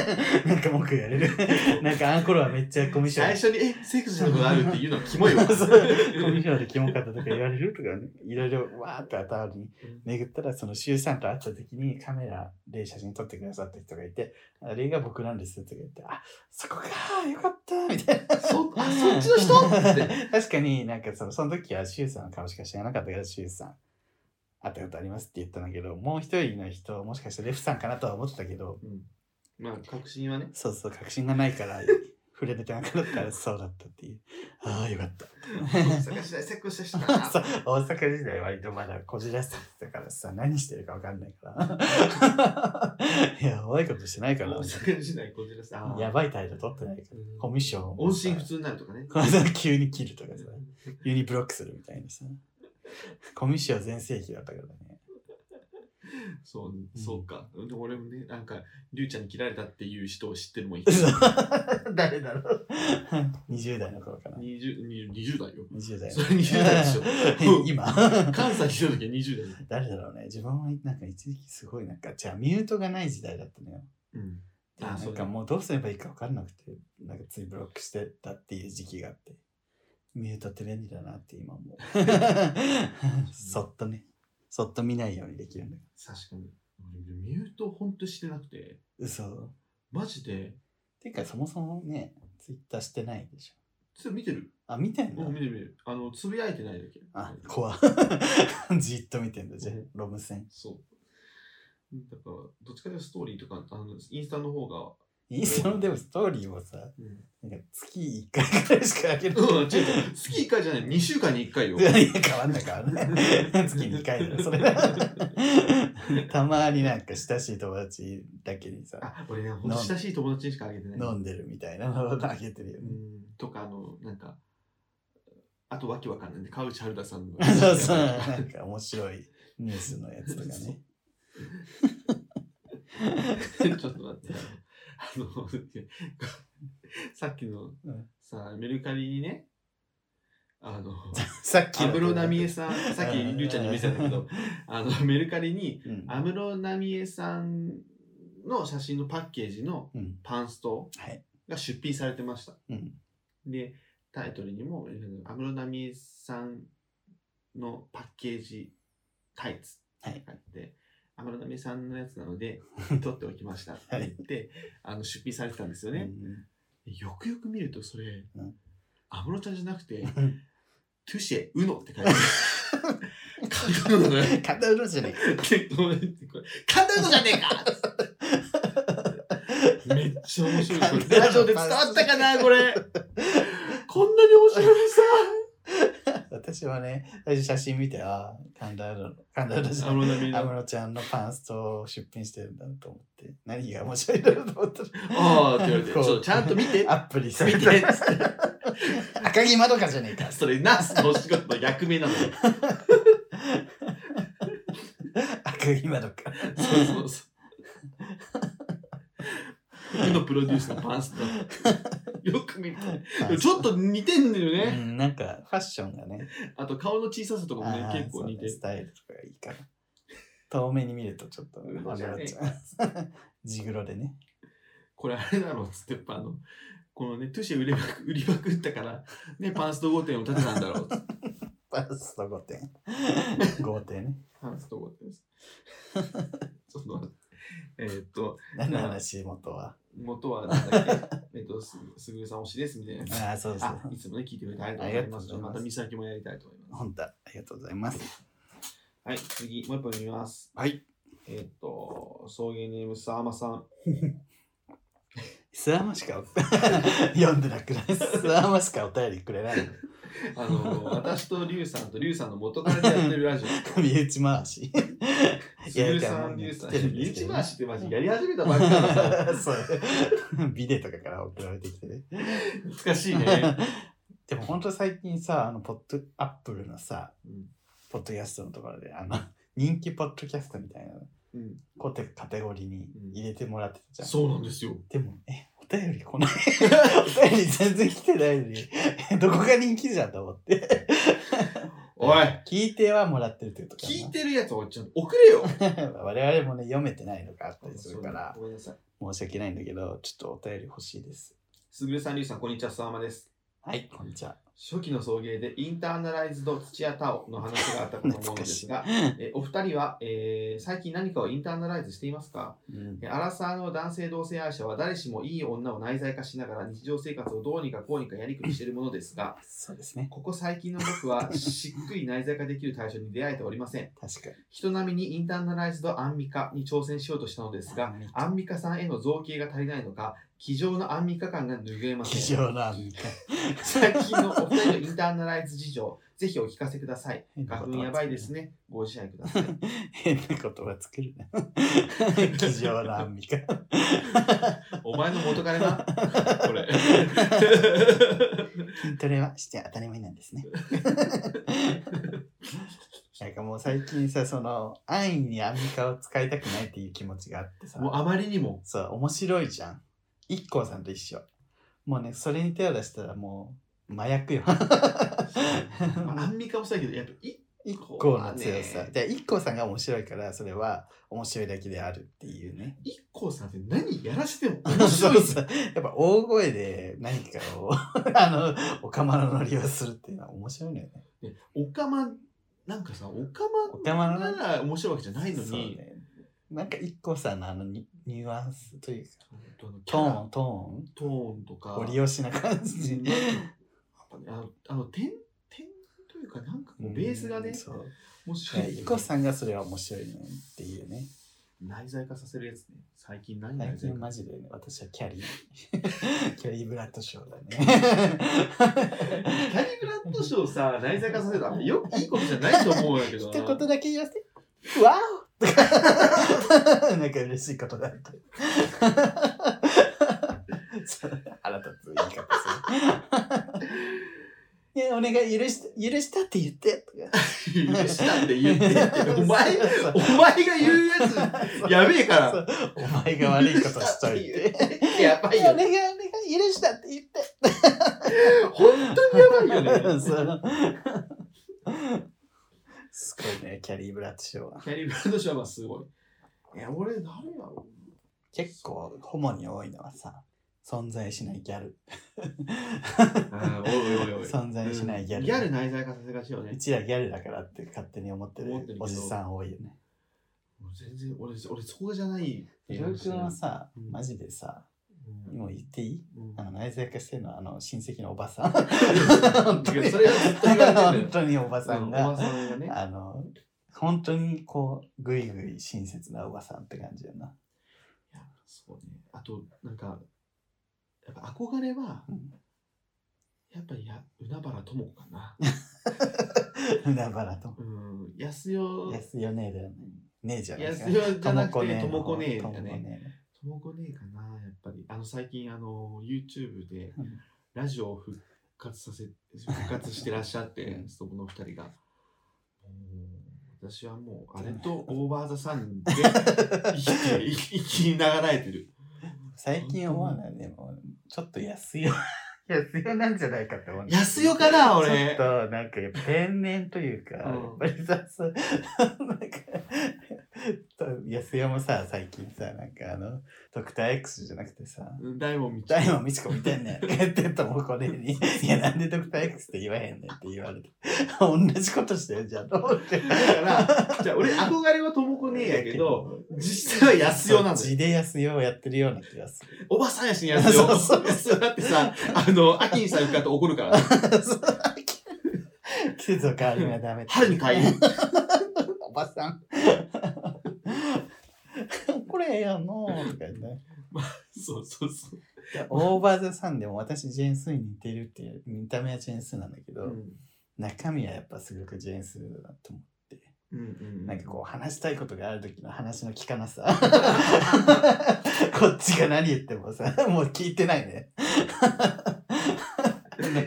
[SPEAKER 2] なんか文句言わ れる。なんかあの頃はめっちゃコミュ
[SPEAKER 1] 最
[SPEAKER 2] 障。
[SPEAKER 1] 初に、え、セックスしたことあるっていうのはキモいわ。
[SPEAKER 2] そうコミュ障でキモかったとか言われるとかね、いろいろわーって頭に巡ったら、その周さんと会った時にカメラで写真撮ってくださった人がいて、あれが僕なんですとか言って、あ、そこかー、よかったー、みたいな。
[SPEAKER 1] そあそっちの人って
[SPEAKER 2] 確かになんかそのその時は周さんの顔しか知らなかったから、周さん。会ったことありますって言ったんだけど、もう一人の人、もしかしたらレフさんかなとは思ってたけど、
[SPEAKER 1] うんまあ、確信 はね。
[SPEAKER 2] そうそう、確信がないから、触れてなかったからそうだったっていう。ああ、よかった。
[SPEAKER 1] 大阪時代セックスした人だな
[SPEAKER 2] そう大阪時代割とまだこじらせてたからさ何してるか分かんないから いやばいことしてないか
[SPEAKER 1] 大
[SPEAKER 2] ら
[SPEAKER 1] 阪時代こじらせた。
[SPEAKER 2] や
[SPEAKER 1] い。
[SPEAKER 2] ばい態度取ってないからコミッションを
[SPEAKER 1] 音信不通になるとかね。
[SPEAKER 2] 急 に切るとかさ急にブロックするみたいなさコミッション全盛期だったからね
[SPEAKER 1] そう、そうか。で俺もね、なんか、りゅうちゃんに切られたっていう人を知ってるもん。
[SPEAKER 2] 嘘
[SPEAKER 1] 20、
[SPEAKER 2] 誰だろう20代の頃かな
[SPEAKER 1] 20代よ。
[SPEAKER 2] 20代
[SPEAKER 1] それ20代でしょ
[SPEAKER 2] 今
[SPEAKER 1] 関西来た時は20代だよ。
[SPEAKER 2] 誰だろうね自分はなんか一時期すごいなんかじゃあミュートがない時代だったのよ
[SPEAKER 1] うん。
[SPEAKER 2] で
[SPEAKER 1] あ
[SPEAKER 2] な
[SPEAKER 1] そうんだ
[SPEAKER 2] かもうどうすればいいか分かんなくて、なんかついブロックしてたっていう時期があって、ミュートって便利だなって今もう。そっとね、そっと見ないようにできるんだけ
[SPEAKER 1] 確かに。俺ミュートほんとしてなくて、
[SPEAKER 2] ど。嘘。
[SPEAKER 1] マジで、
[SPEAKER 2] てかそもそもね、ツイッターしてないでしょ。
[SPEAKER 1] つ見てる。
[SPEAKER 2] あ、見てんだ
[SPEAKER 1] うん、。見てる見てる。あの、つぶやいてないだけ。
[SPEAKER 2] あ、怖じっと見てんだ、じゃあ
[SPEAKER 1] うん
[SPEAKER 2] ロム線。
[SPEAKER 1] そう。だから、どっちかというとストーリーとか、あのインスタの方が
[SPEAKER 2] インスタのでもストーリーもさ、
[SPEAKER 1] うん
[SPEAKER 2] なんか月1回くらいしかあげる。
[SPEAKER 1] うん、ちょっと、 月1回じゃない、2週間に1回よ。
[SPEAKER 2] いや変わんない変わんない。月2回だよ、それ。たまになんか親しい友達だけにさ、
[SPEAKER 1] あ、俺ね、ほんと親しい友達にしかあげてない。
[SPEAKER 2] 飲んでるみたいなのをあげてるよ
[SPEAKER 1] う
[SPEAKER 2] ね。
[SPEAKER 1] ん、とか、あの、なんか、あとわけわかんないね、川内春田さんの。
[SPEAKER 2] そうそう、なんか面白いニュースのやつとかね。
[SPEAKER 1] ちょっと待って。あの、 さっきの
[SPEAKER 2] うん
[SPEAKER 1] さ、メルカリにね、あの、
[SPEAKER 2] さっき
[SPEAKER 1] 安
[SPEAKER 2] の
[SPEAKER 1] 室奈美恵さん、さっきりゅうちゃんに見せたけど、あの、メルカリに、
[SPEAKER 2] うん
[SPEAKER 1] 安室奈美恵さんの写真のパッケージの
[SPEAKER 2] うん。
[SPEAKER 1] パンスト
[SPEAKER 2] はい
[SPEAKER 1] が出品されてました。
[SPEAKER 2] うん。
[SPEAKER 1] で、タイトルにも、えー安室奈美恵さんのパッケージタイツって書いて、安室奈美恵さんのやつなの で、取っておきましたって言って、あの出品されてたんですよね。よくよく見ると、それ
[SPEAKER 2] うん、
[SPEAKER 1] 安室ちゃんじゃなくて、
[SPEAKER 2] うん
[SPEAKER 1] トゥシェ・ウノって書い てある。カタウノだね。
[SPEAKER 2] 片うろじゃ ねえ
[SPEAKER 1] 結構、カタウノじゃねえかめっちゃ面白い。これラジオで伝わったか なこれ。こんなに面白いさ。
[SPEAKER 2] か。私はね、最初写真見て、ああ、神田うろ、神田う
[SPEAKER 1] 安
[SPEAKER 2] ろじゃない。
[SPEAKER 1] 室奈美恵
[SPEAKER 2] 安
[SPEAKER 1] の
[SPEAKER 2] 室ちゃんのパンストを出品してるんだと思って、何が面白いんだろうと思ったら
[SPEAKER 1] ああって言われて、ち
[SPEAKER 2] こう
[SPEAKER 1] ょっとちゃんと見て。
[SPEAKER 2] アプリさ
[SPEAKER 1] 見
[SPEAKER 2] れ
[SPEAKER 1] て。
[SPEAKER 2] て、赤木まどかじゃねえか。
[SPEAKER 1] それ、ナースのお仕事の役目なのよ。
[SPEAKER 2] 赤木まどか。
[SPEAKER 1] そうそうそう。うのプロデュースのパンス ト。よく見ると。ちょっと似てんだよ
[SPEAKER 2] う
[SPEAKER 1] ね。
[SPEAKER 2] ん、なんかファッションがね、
[SPEAKER 1] あと顔の小ささとかもね
[SPEAKER 2] あ、ー
[SPEAKER 1] 結構似て
[SPEAKER 2] そう
[SPEAKER 1] る
[SPEAKER 2] ねス。タイルとかがいいから。遠目に見るとちょっと
[SPEAKER 1] うん
[SPEAKER 2] 笑っちゃう。ジグロでね。
[SPEAKER 1] これあれだろうっつって、やっぱあの、このね、トゥシェ売りまく売 りまくったから、ね、パンスト5点を立てたんだろうっつって。
[SPEAKER 2] パンスト5点。5点ね。
[SPEAKER 1] パンスト5点です。ちょっと待って。えーっと、
[SPEAKER 2] 何の話元は。
[SPEAKER 1] 元はなん だっけえっと、すすぐるさん推しですみたいなやつ。
[SPEAKER 2] ああ、そうそ。
[SPEAKER 1] あ、いうつもね、聞いてくれてありがとうございます。
[SPEAKER 2] ありがとうございま
[SPEAKER 1] ま
[SPEAKER 2] す
[SPEAKER 1] た見先もやりたいと思います。
[SPEAKER 2] 本当ありがとうございます。
[SPEAKER 1] はい、次、もう一本見ます。
[SPEAKER 2] はい。
[SPEAKER 1] えっと、送迎ネーム、さーまさん。
[SPEAKER 2] スワマしか読んでなくないスワマしかお便りくれないの。
[SPEAKER 1] あの、 私とリュウさんとリュウさんの元からやってる ラジオ。
[SPEAKER 2] 身内回し。
[SPEAKER 1] すぐるさん、リュウさん。
[SPEAKER 2] いやいや
[SPEAKER 1] 身内回しってマジやり始めたばっかりださ。
[SPEAKER 2] そう ビデとかから送られてきてね。
[SPEAKER 1] 懐かしいね。
[SPEAKER 2] でも本当最近さ、あのポッドアップルのさ、
[SPEAKER 1] うん
[SPEAKER 2] ポッドキャストのところで、あの人気ポッドキャストみたいな
[SPEAKER 1] うん、
[SPEAKER 2] コテカテゴリーに入れてもらってたじゃん。
[SPEAKER 1] そうなんですよ。
[SPEAKER 2] でも、え、お便り来ない。お便り全然来てないのに、えどこが人気じゃんと思って。
[SPEAKER 1] おい
[SPEAKER 2] 聞いてはもらってるってことかな。
[SPEAKER 1] 聞いてるやつはちゃんと送れよ
[SPEAKER 2] 我々もね、読めてないのがあったりするから。
[SPEAKER 1] ごめんなさい。
[SPEAKER 2] 申し訳ないんだけど、ちょっとお便り欲しいです。
[SPEAKER 1] すぐるさん、リュウさん、こんにちは、さーまです。
[SPEAKER 2] はい、こんにちは。
[SPEAKER 1] 初期の送迎でインターナライズド土屋太鳳の話があったかと思うんです がえお二人は、えー最近何かをインターナライズしていますか
[SPEAKER 2] うん
[SPEAKER 1] えアラサーの男性同性愛者は誰しもいい女を内在化しながら日常生活をどうにかこうにかやりくりしているものですが
[SPEAKER 2] そうですね。
[SPEAKER 1] ここ最近の僕はしっくり内在化できる対象に出会えておりません
[SPEAKER 2] 確かに。
[SPEAKER 1] 人並みにインターナライズドアンミカに挑戦しようとしたのですがアンミカさんへの造形が足りないのか気丈なアンミカ感が拭えません
[SPEAKER 2] 非常なアンミカ。
[SPEAKER 1] 最近のお二人のインターナライズ事情、ぜひお聞かせくださ い。
[SPEAKER 2] 変な
[SPEAKER 1] 花
[SPEAKER 2] 言葉
[SPEAKER 1] 粉やばいですね。ご自愛ください。
[SPEAKER 2] 変な言葉作る な。非常なアンミカ。
[SPEAKER 1] お前の元彼 な、これ。
[SPEAKER 2] 筋トレはして当たり前なんですね。 なんかもう最近さ、その、安易にアンミカを使いたくないっていう気持ちがあってさ、
[SPEAKER 1] もうあまりにも。
[SPEAKER 2] そう、面白いじゃん。一 k さんと一緒。もうね、それに手を出したらもう、麻薬よ。
[SPEAKER 1] まあアンミカもそうだけど、やっぱい
[SPEAKER 2] 一
[SPEAKER 1] ここ
[SPEAKER 2] 個
[SPEAKER 1] は
[SPEAKER 2] の
[SPEAKER 1] ね
[SPEAKER 2] 強さ。で、一個さんが面白いから、それは面白いだけであるっていうね。
[SPEAKER 1] 一光さんって何やらせても面
[SPEAKER 2] そ
[SPEAKER 1] 白い。
[SPEAKER 2] うそう。やっぱ大声で何かを、 あの、おかまのノリをするっていうのは面白いのよね。
[SPEAKER 1] ねおかま、なんかさ、おか
[SPEAKER 2] おかま
[SPEAKER 1] ま
[SPEAKER 2] のね
[SPEAKER 1] なら面白いわけじゃないの
[SPEAKER 2] そう
[SPEAKER 1] に、
[SPEAKER 2] ね。なんか一個さんのあのニニュアンスというか、
[SPEAKER 1] ト
[SPEAKER 2] トーン、トーン、
[SPEAKER 1] トーンとか、
[SPEAKER 2] ご利用しな感
[SPEAKER 1] う
[SPEAKER 2] じ
[SPEAKER 1] ん。なんかやっぱねあのあの点、点というか、なんかこうベースがね、
[SPEAKER 2] そう。
[SPEAKER 1] 面白いよね。
[SPEAKER 2] 一個さんがそれは面白いねっていうね。
[SPEAKER 1] 内在化させるやつね。最近何
[SPEAKER 2] 最
[SPEAKER 1] 内在
[SPEAKER 2] 近
[SPEAKER 1] 化
[SPEAKER 2] マジで、ね、私はキャ リー。キャリーブラッドショーだね。
[SPEAKER 1] キャリブラッドショー さ、内在化させたらよいいことじゃないと思うんやけど
[SPEAKER 2] 一
[SPEAKER 1] な。
[SPEAKER 2] 言だけ言わせて。わおとか なんか嬉しいことだった。 そう腹立つ言い方する。 いやお願い許した許したって言ってとか。
[SPEAKER 1] 許したって言って ってお前、お前が言うやつ、 やべえから。
[SPEAKER 2] そうお前が悪いことしといて。
[SPEAKER 1] やばいよ
[SPEAKER 2] お
[SPEAKER 1] ね。
[SPEAKER 2] 願いお願い許したって言って。
[SPEAKER 1] 本当にやばいよね。
[SPEAKER 2] そうすごいね、キャリー・ブラッドショーは。
[SPEAKER 1] キャリブラッドショーはすごい。え、俺、誰やろ
[SPEAKER 2] 結構、ホモに多いのはさ、存在しないギャル。
[SPEAKER 1] あーおいおいおい。
[SPEAKER 2] 存在しないギャル。
[SPEAKER 1] ギャル内在化させがちよ
[SPEAKER 2] う
[SPEAKER 1] ね。
[SPEAKER 2] ちらギャルだからって勝手に思って
[SPEAKER 1] 思ってる
[SPEAKER 2] る
[SPEAKER 1] けど
[SPEAKER 2] おじさん多いよね。
[SPEAKER 1] もう全然、俺、俺、そこじゃない。
[SPEAKER 2] ひろゆくんはさ
[SPEAKER 1] う、ん
[SPEAKER 2] マジでさ、
[SPEAKER 1] うん、
[SPEAKER 2] もう言っていい
[SPEAKER 1] うん
[SPEAKER 2] あの内在化してるのはあの親戚のお ばさん。本当に
[SPEAKER 1] それはずっと言われてんだよ
[SPEAKER 2] 本当におばさん
[SPEAKER 1] おば
[SPEAKER 2] が、
[SPEAKER 1] さんがね。
[SPEAKER 2] あの、本当にこう、ぐいぐい親切なおばさんって感じよな。
[SPEAKER 1] いやそうね。あと、なんか、やっぱ憧れは、
[SPEAKER 2] うん
[SPEAKER 1] やっぱりや、海原智子かな。
[SPEAKER 2] 海原と。
[SPEAKER 1] うん、安代、
[SPEAKER 2] 安よねえだよね。ねえじゃない
[SPEAKER 1] 安代じゃなくて、
[SPEAKER 2] と
[SPEAKER 1] 智
[SPEAKER 2] も
[SPEAKER 1] 子
[SPEAKER 2] こ
[SPEAKER 1] ね
[SPEAKER 2] ね
[SPEAKER 1] え
[SPEAKER 2] え
[SPEAKER 1] だ
[SPEAKER 2] の方。
[SPEAKER 1] ね。智子ねえかな、やっぱり。あの、最近、あの、YouTube でラジオを復活させ、復活してらっしゃって
[SPEAKER 2] う、ん
[SPEAKER 1] そこのお二人が。もう私はもう、あれとオーバーザサンで生きて、生き生きながらえてる。
[SPEAKER 2] 最近思わないでも、ちょっと安よ。安よなんじゃないかって思う。
[SPEAKER 1] 安代かな俺
[SPEAKER 2] ちょっと、なんか、天然というか、
[SPEAKER 1] うん
[SPEAKER 2] やっぱりさ、そうなんか、安代もさ、最近さ、なんかあの、ドクター X じゃなくてさ、
[SPEAKER 1] うん大門みた
[SPEAKER 2] ダイ
[SPEAKER 1] い
[SPEAKER 2] モンミチコ見てんね んとか言ってともこれに、いや、なんでドクター X って言わへんねんって言われて、同じことしてるじゃんと思って。
[SPEAKER 1] だから、じゃあ俺憧れはともこねえやけど、、実際は安代なんだよ。
[SPEAKER 2] 地で安代をやってるような気がす る。
[SPEAKER 1] おばさんやしに安代。
[SPEAKER 2] そうそうそ
[SPEAKER 1] 安代
[SPEAKER 2] う
[SPEAKER 1] だってさ、あの、秋にさ、受かって怒るから、
[SPEAKER 2] 季節の変わり目はダメ。
[SPEAKER 1] 春に帰る。
[SPEAKER 2] おばさん。 これええやんのーとか言って。
[SPEAKER 1] そうそうそう。
[SPEAKER 2] オーバーザさんでも私ジェーンスーに似てるっていう見た目はジェーンスーなんだけど、
[SPEAKER 1] うん
[SPEAKER 2] 中身はやっぱすごくジェーンスーだと思う。
[SPEAKER 1] うんうん
[SPEAKER 2] なんかこう話したいことがある時の話の聞か なさ。こっちが何言ってもさ、もう聞いてないね。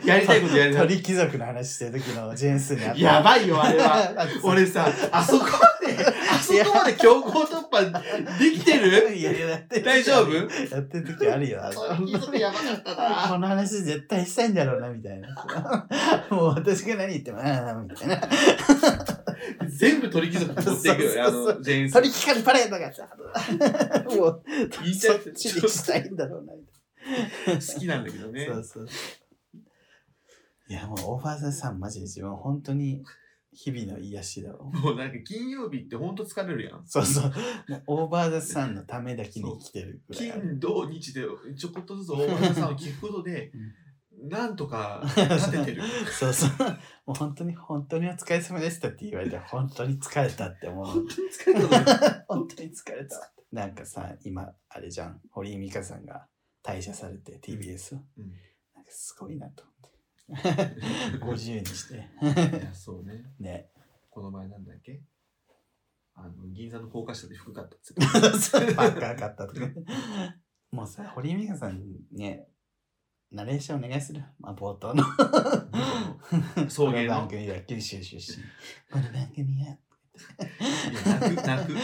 [SPEAKER 1] やりたいことやりたい
[SPEAKER 2] 鳥貴族の話してる時のジェーンスーに会った
[SPEAKER 1] やばいよ、あれは。
[SPEAKER 2] あそう
[SPEAKER 1] 俺さ、あそこまで、あそこまで強行突破できてる
[SPEAKER 2] いやいや、やってる時
[SPEAKER 1] 大丈夫
[SPEAKER 2] やってる時あるよ。あの
[SPEAKER 1] 鳥貴族やばかったな
[SPEAKER 2] この話絶対したいんだろうな、みたいな。 もう私が何言っても、ああ、みたいな。
[SPEAKER 1] 全部鳥貴族に持っていくよ、あ
[SPEAKER 2] そうそうそう
[SPEAKER 1] の、ジェーンさん
[SPEAKER 2] 鳥。光パレー ドがさ、もう、
[SPEAKER 1] 言いちゃ
[SPEAKER 2] そっ
[SPEAKER 1] って
[SPEAKER 2] ちにしたいんだろうな、み
[SPEAKER 1] 好きなんだけど
[SPEAKER 2] たい
[SPEAKER 1] ね
[SPEAKER 2] な。。そうそう。いや、もう、オファーザさん、マジで自分、本当に、日々の癒しだわ。
[SPEAKER 1] もうなんか金曜日ってほんと疲れるやん。
[SPEAKER 2] そうそう。もうオーバーザさんのためだけに生きてるぐらいある。
[SPEAKER 1] 金土日でちょこっとず つ大村さんを聞くことでなんとか立ててる
[SPEAKER 2] そうそう。もう本当に、本当にお疲れ様でしたって言われて、本当に疲れたって思う
[SPEAKER 1] 本。当に疲れたの
[SPEAKER 2] 本当に疲れた。なんかさ、今、あれじゃん、堀井美香さんが退社されて、TBS を。
[SPEAKER 1] うん
[SPEAKER 2] なんかすごいなと思 って。50にして。
[SPEAKER 1] いやそうね
[SPEAKER 2] ね。
[SPEAKER 1] この前なんだっけあの銀座の高架下で服買ったっつっ て
[SPEAKER 2] パッカー買ったとか。もうさ、堀井美香さんにね、ナレーションお願いする。まあ、冒頭の。
[SPEAKER 1] 送迎
[SPEAKER 2] この
[SPEAKER 1] の
[SPEAKER 2] 番組は九州出身。この番組は。
[SPEAKER 1] いや泣く泣く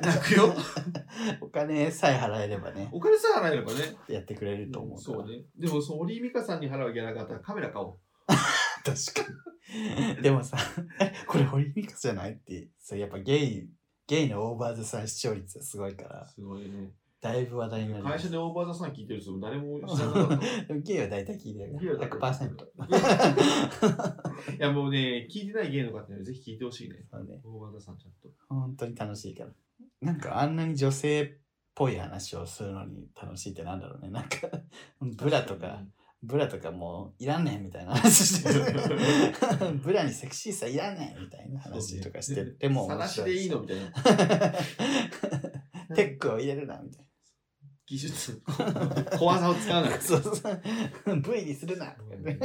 [SPEAKER 1] 泣くよ
[SPEAKER 2] お金さえ払えればね、
[SPEAKER 1] お金さえ払えればね
[SPEAKER 2] やってくれると思うから。
[SPEAKER 1] そうねでもそう堀井美香さんに払う気がなかったらカメラ買おう
[SPEAKER 2] 確かに。でもさ、えこれ堀井美香じゃないって、そうやっぱゲイ、ゲイのオーバーザさん視聴率はすごいから、
[SPEAKER 1] すごいね
[SPEAKER 2] だいぶ話題になりま
[SPEAKER 1] 会社
[SPEAKER 2] し
[SPEAKER 1] でオーバーザさん聞いてる人も誰も知らなかったも んい
[SPEAKER 2] た。でもゲイは大体聞いてる
[SPEAKER 1] ゲイは大
[SPEAKER 2] か
[SPEAKER 1] 体
[SPEAKER 2] ら、
[SPEAKER 1] 聞い
[SPEAKER 2] 100%
[SPEAKER 1] て。 やもうね聞いてない芸の方にはぜひ聞いてほしいね
[SPEAKER 2] そうね、
[SPEAKER 1] 大和田さんちゃんと。
[SPEAKER 2] 本当に楽しいから。なんかあんなに女性っぽい話をするのに楽しいってなんだろうね。なんか、ブラとか、ブラとかもういらんねんみたいな話してる。ブラにセクシーさいらんねんみたいな話とかしてて、
[SPEAKER 1] もう。
[SPEAKER 2] もう
[SPEAKER 1] さ
[SPEAKER 2] 面
[SPEAKER 1] らし
[SPEAKER 2] 白
[SPEAKER 1] で
[SPEAKER 2] い
[SPEAKER 1] いいのみたいな。
[SPEAKER 2] テックを入れるな、みたい
[SPEAKER 1] 技術、小技を使うな
[SPEAKER 2] な。 そうそう。V にするな、とか
[SPEAKER 1] うん
[SPEAKER 2] ね。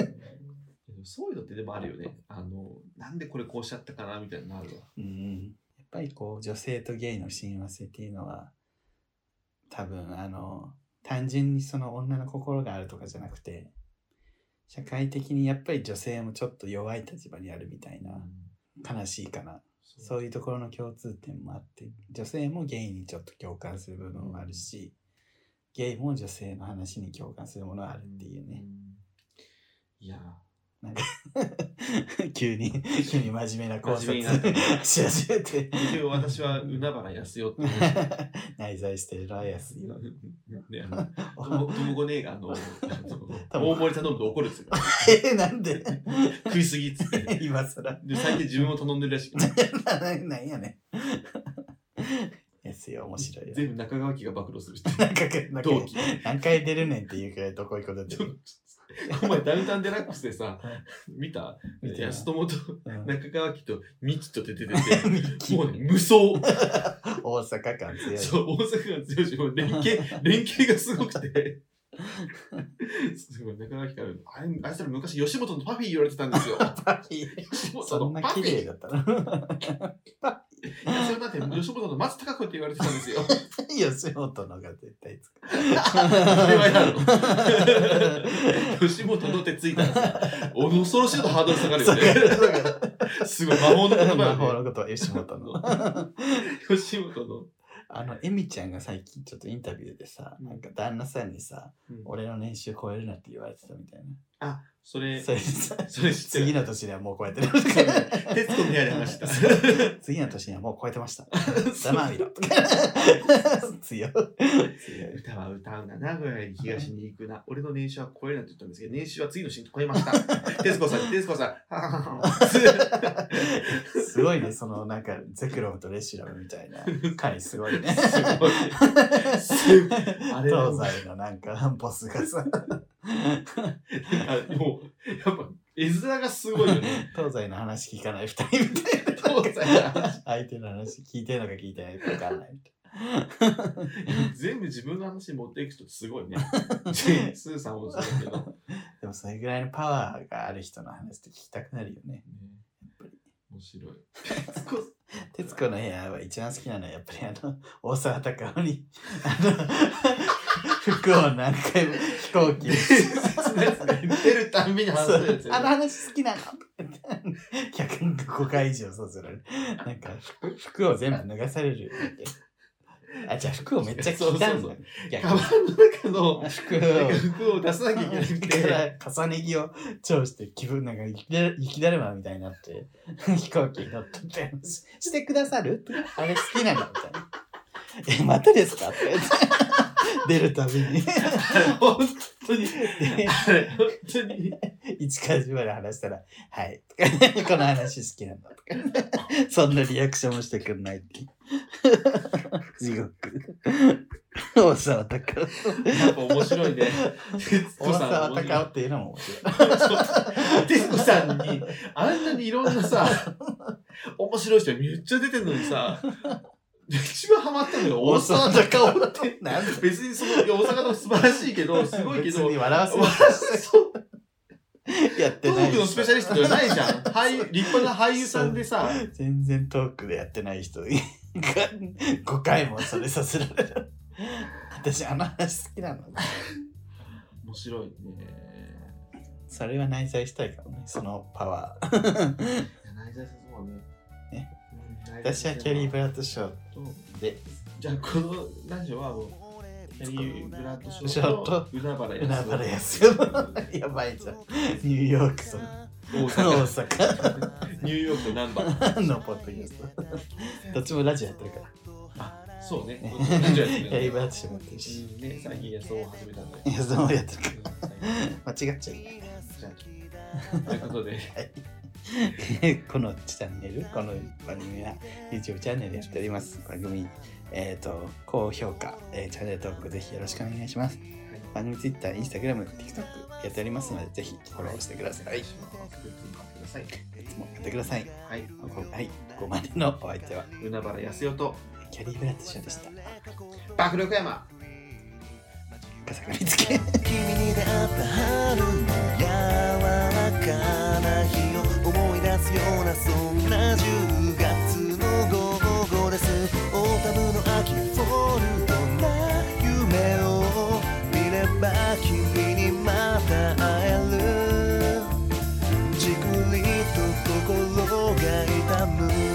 [SPEAKER 1] そういうのってでもあるよね。あの、なんでこれこうしちゃったかなみたいなのあるわ。
[SPEAKER 2] うんやっぱりこう女性とゲイの親和性っていうのは多分あの単純にその女の心があるとかじゃなくて社会的にやっぱり女性もちょっと弱い立場にあるみたいな悲しいかなそう
[SPEAKER 1] い
[SPEAKER 2] いうところの共通点もあって女性もゲイにちょっと共感する部分もあるしゲイも女性の話に共感するものがあるっていうね。
[SPEAKER 1] い やー、
[SPEAKER 2] 急に急に真面目な考
[SPEAKER 1] 真面
[SPEAKER 2] 察
[SPEAKER 1] 目になった
[SPEAKER 2] し始めて
[SPEAKER 1] 結局私は海原康代って言
[SPEAKER 2] 内在してるライアスよ
[SPEAKER 1] ね、あのトモトモゴネがあの、あ
[SPEAKER 2] 多
[SPEAKER 1] の
[SPEAKER 2] 分
[SPEAKER 1] 大盛り頼むと怒るっつって。
[SPEAKER 2] えな んで
[SPEAKER 1] 食いすぎっつって。
[SPEAKER 2] 今更 ら
[SPEAKER 1] で、最近自分も頼んでるらしい。
[SPEAKER 2] なんやねん S よ面白いよ
[SPEAKER 1] 全部中川家が暴露するって。
[SPEAKER 2] なんかなんか
[SPEAKER 1] 同期。
[SPEAKER 2] 何回出るねんっていうくらいどこ行くこと出
[SPEAKER 1] ちょ
[SPEAKER 2] る
[SPEAKER 1] お前ダウンタウンデラックスでさ
[SPEAKER 2] はい、
[SPEAKER 1] 見た
[SPEAKER 2] 見て
[SPEAKER 1] 安友と
[SPEAKER 2] うん
[SPEAKER 1] 中川家とミキと出てて、
[SPEAKER 2] ミッキー
[SPEAKER 1] もうね、無双。
[SPEAKER 2] 大阪感強い
[SPEAKER 1] そう、大阪が強いし、もう連 携、連携がすごくて。すごい、中川家から、あれ、あいつら昔吉本のパフィー言われてたん ですよ。
[SPEAKER 2] パフィー
[SPEAKER 1] 吉本
[SPEAKER 2] そん
[SPEAKER 1] の
[SPEAKER 2] な
[SPEAKER 1] パフ
[SPEAKER 2] 綺
[SPEAKER 1] ィ
[SPEAKER 2] 麗
[SPEAKER 1] ー。
[SPEAKER 2] だったの
[SPEAKER 1] いやそれだ って吉本の松たか子って言われてたんですよ。
[SPEAKER 2] 吉本のが絶対つく
[SPEAKER 1] それは やろ。吉本の手ついたんですよ。お恐ろしいとハードル下がるよね。すごい、魔法の言葉
[SPEAKER 2] 魔法
[SPEAKER 1] よね。
[SPEAKER 2] のことは吉本の
[SPEAKER 1] 吉本の。
[SPEAKER 2] あのエミちゃんが最近ちょっとインタビューでさ、
[SPEAKER 1] うん
[SPEAKER 2] なんか旦那さんにさ
[SPEAKER 1] うん
[SPEAKER 2] 俺の年収超えるなって言われてたみたいな
[SPEAKER 1] あ、それ、
[SPEAKER 2] それでさ
[SPEAKER 1] それ知ってる
[SPEAKER 2] 次の年にはもう超えてる。
[SPEAKER 1] 徹子の部屋で話した
[SPEAKER 2] そう次の年にはもう超えてました。 黙りろ。 強い。強い。
[SPEAKER 1] 歌は歌うな、名古屋に東に行くな、俺の年収は超えるなって言ったんですけど、年収は次のシーン超えま した。徹子さん、徹子さ ん、はははは
[SPEAKER 2] すごいね、そのなんかゼクロムとレシラムみたいな回すごいね。
[SPEAKER 1] すごいすごいあれだ
[SPEAKER 2] 東西のなんかボスがさ、
[SPEAKER 1] なんかもう、やっぱ、絵面がすごいよ ね。
[SPEAKER 2] 東西の話聞かない二人みたいな。
[SPEAKER 1] 東西の話
[SPEAKER 2] 相手の話聞いてるのか聞いてないのか分かんないみたい
[SPEAKER 1] 全部自分の話に持っていく人ってすごい ね。スーさんもそうだけど。
[SPEAKER 2] な。でもそれぐらいのパワーがある人の話って聞きたくなるよね。
[SPEAKER 1] 面白い。徹子
[SPEAKER 2] 徹子の部屋は一番好きなのはやっぱりあの大沢たかおにあの 服を何回も飛行 機に
[SPEAKER 1] 出るたんびに話
[SPEAKER 2] そ
[SPEAKER 1] すや
[SPEAKER 2] う
[SPEAKER 1] つ
[SPEAKER 2] あの
[SPEAKER 1] やね。
[SPEAKER 2] 話好きなの105回以上そうするなんか服服を全部脱がされるってあじゃあ服をめっちゃ着たん
[SPEAKER 1] そうそうそ
[SPEAKER 2] だ
[SPEAKER 1] う
[SPEAKER 2] 逆
[SPEAKER 1] カバ
[SPEAKER 2] に
[SPEAKER 1] ンの中のな
[SPEAKER 2] 服
[SPEAKER 1] んか
[SPEAKER 2] を
[SPEAKER 1] 服を出さなきゃいけなくて。
[SPEAKER 2] だから重ね着を超して気分なんか雪だ雪だるまみたいになって飛行機に乗ったって話 してくださるってあれ好きなのみたいな 「えまたですか?」って言って出るたびに
[SPEAKER 1] 本当に、あれ本当に、
[SPEAKER 2] 一から十まで話したら「はい」 とか「この話好きなんだ」と かそんなリアクションもしてくんない っていう地獄大沢たか
[SPEAKER 1] やっぱ面白い ね。徹
[SPEAKER 2] お
[SPEAKER 1] 子
[SPEAKER 2] 大
[SPEAKER 1] さん
[SPEAKER 2] 沢
[SPEAKER 1] 面
[SPEAKER 2] た
[SPEAKER 1] 白
[SPEAKER 2] かお
[SPEAKER 1] い。
[SPEAKER 2] っていうのも面白い
[SPEAKER 1] 徹子さんに、あんなにいろんなさ、面白い人めっちゃ出てるのにさ、一番ハマったのが大
[SPEAKER 2] 大
[SPEAKER 1] 沢
[SPEAKER 2] 沢
[SPEAKER 1] だ
[SPEAKER 2] た
[SPEAKER 1] か
[SPEAKER 2] からおってなんだ
[SPEAKER 1] 別にその、いや大阪の素晴らしいけど、すごいけ
[SPEAKER 2] 別
[SPEAKER 1] ど、
[SPEAKER 2] に笑わせ
[SPEAKER 1] わそう
[SPEAKER 2] やって
[SPEAKER 1] ト
[SPEAKER 2] ない
[SPEAKER 1] ークのスペシャリストではないじゃん。俳優、立派な俳優さんでさ、
[SPEAKER 2] 全然トークでやってない人が5回もそれさせられる私あの話好きなの
[SPEAKER 1] 面白いね。
[SPEAKER 2] それは内在したいからねそのパワー
[SPEAKER 1] いや内在さそうね。
[SPEAKER 2] ね
[SPEAKER 1] うん内在
[SPEAKER 2] 私
[SPEAKER 1] さ
[SPEAKER 2] はキャリー・ブラッドショー
[SPEAKER 1] そう
[SPEAKER 2] で
[SPEAKER 1] じゃあこのラジオはもうキャリーブラッドショーと海原
[SPEAKER 2] 海
[SPEAKER 1] 康
[SPEAKER 2] 原康代のやばいじゃんニューヨークと
[SPEAKER 1] 大
[SPEAKER 2] 大
[SPEAKER 1] 阪
[SPEAKER 2] 阪
[SPEAKER 1] ニューヨークとナンバ ー
[SPEAKER 2] のポッドキャストどっちもラジオやってるか
[SPEAKER 1] そうね
[SPEAKER 2] らね
[SPEAKER 1] ラジオやって
[SPEAKER 2] キャ
[SPEAKER 1] る
[SPEAKER 2] リー・ブ
[SPEAKER 1] ね
[SPEAKER 2] ラッドショーもやってるし
[SPEAKER 1] うんね最近安尾を始めたんだよ
[SPEAKER 2] いやそうやってるか
[SPEAKER 1] うん最
[SPEAKER 2] ら間違っちゃうから
[SPEAKER 1] 近ということで
[SPEAKER 2] このチャンネル、この番組は YouTube チャンネルやっております。番組、えっ、と、高評価、えーチャンネル登録ぜひよろしくお願いします。番組 Twitter、Instagram、TikTok やっておりますので、ぜひフォローしてください。い
[SPEAKER 1] グッズも買ってください
[SPEAKER 2] つも買ってください。
[SPEAKER 1] はい
[SPEAKER 2] はい、ここまでのお相手は、
[SPEAKER 1] 海原康代と
[SPEAKER 2] キャリー・ブラッドショーでした。
[SPEAKER 1] 爆力山
[SPEAKER 2] 笠倉見つけ
[SPEAKER 3] 君に出会った春の柔らかな日を思い出すようなそんな10月の午後ですオータムの秋フォルトな夢を見れば君にまた会えるじくりと心が痛む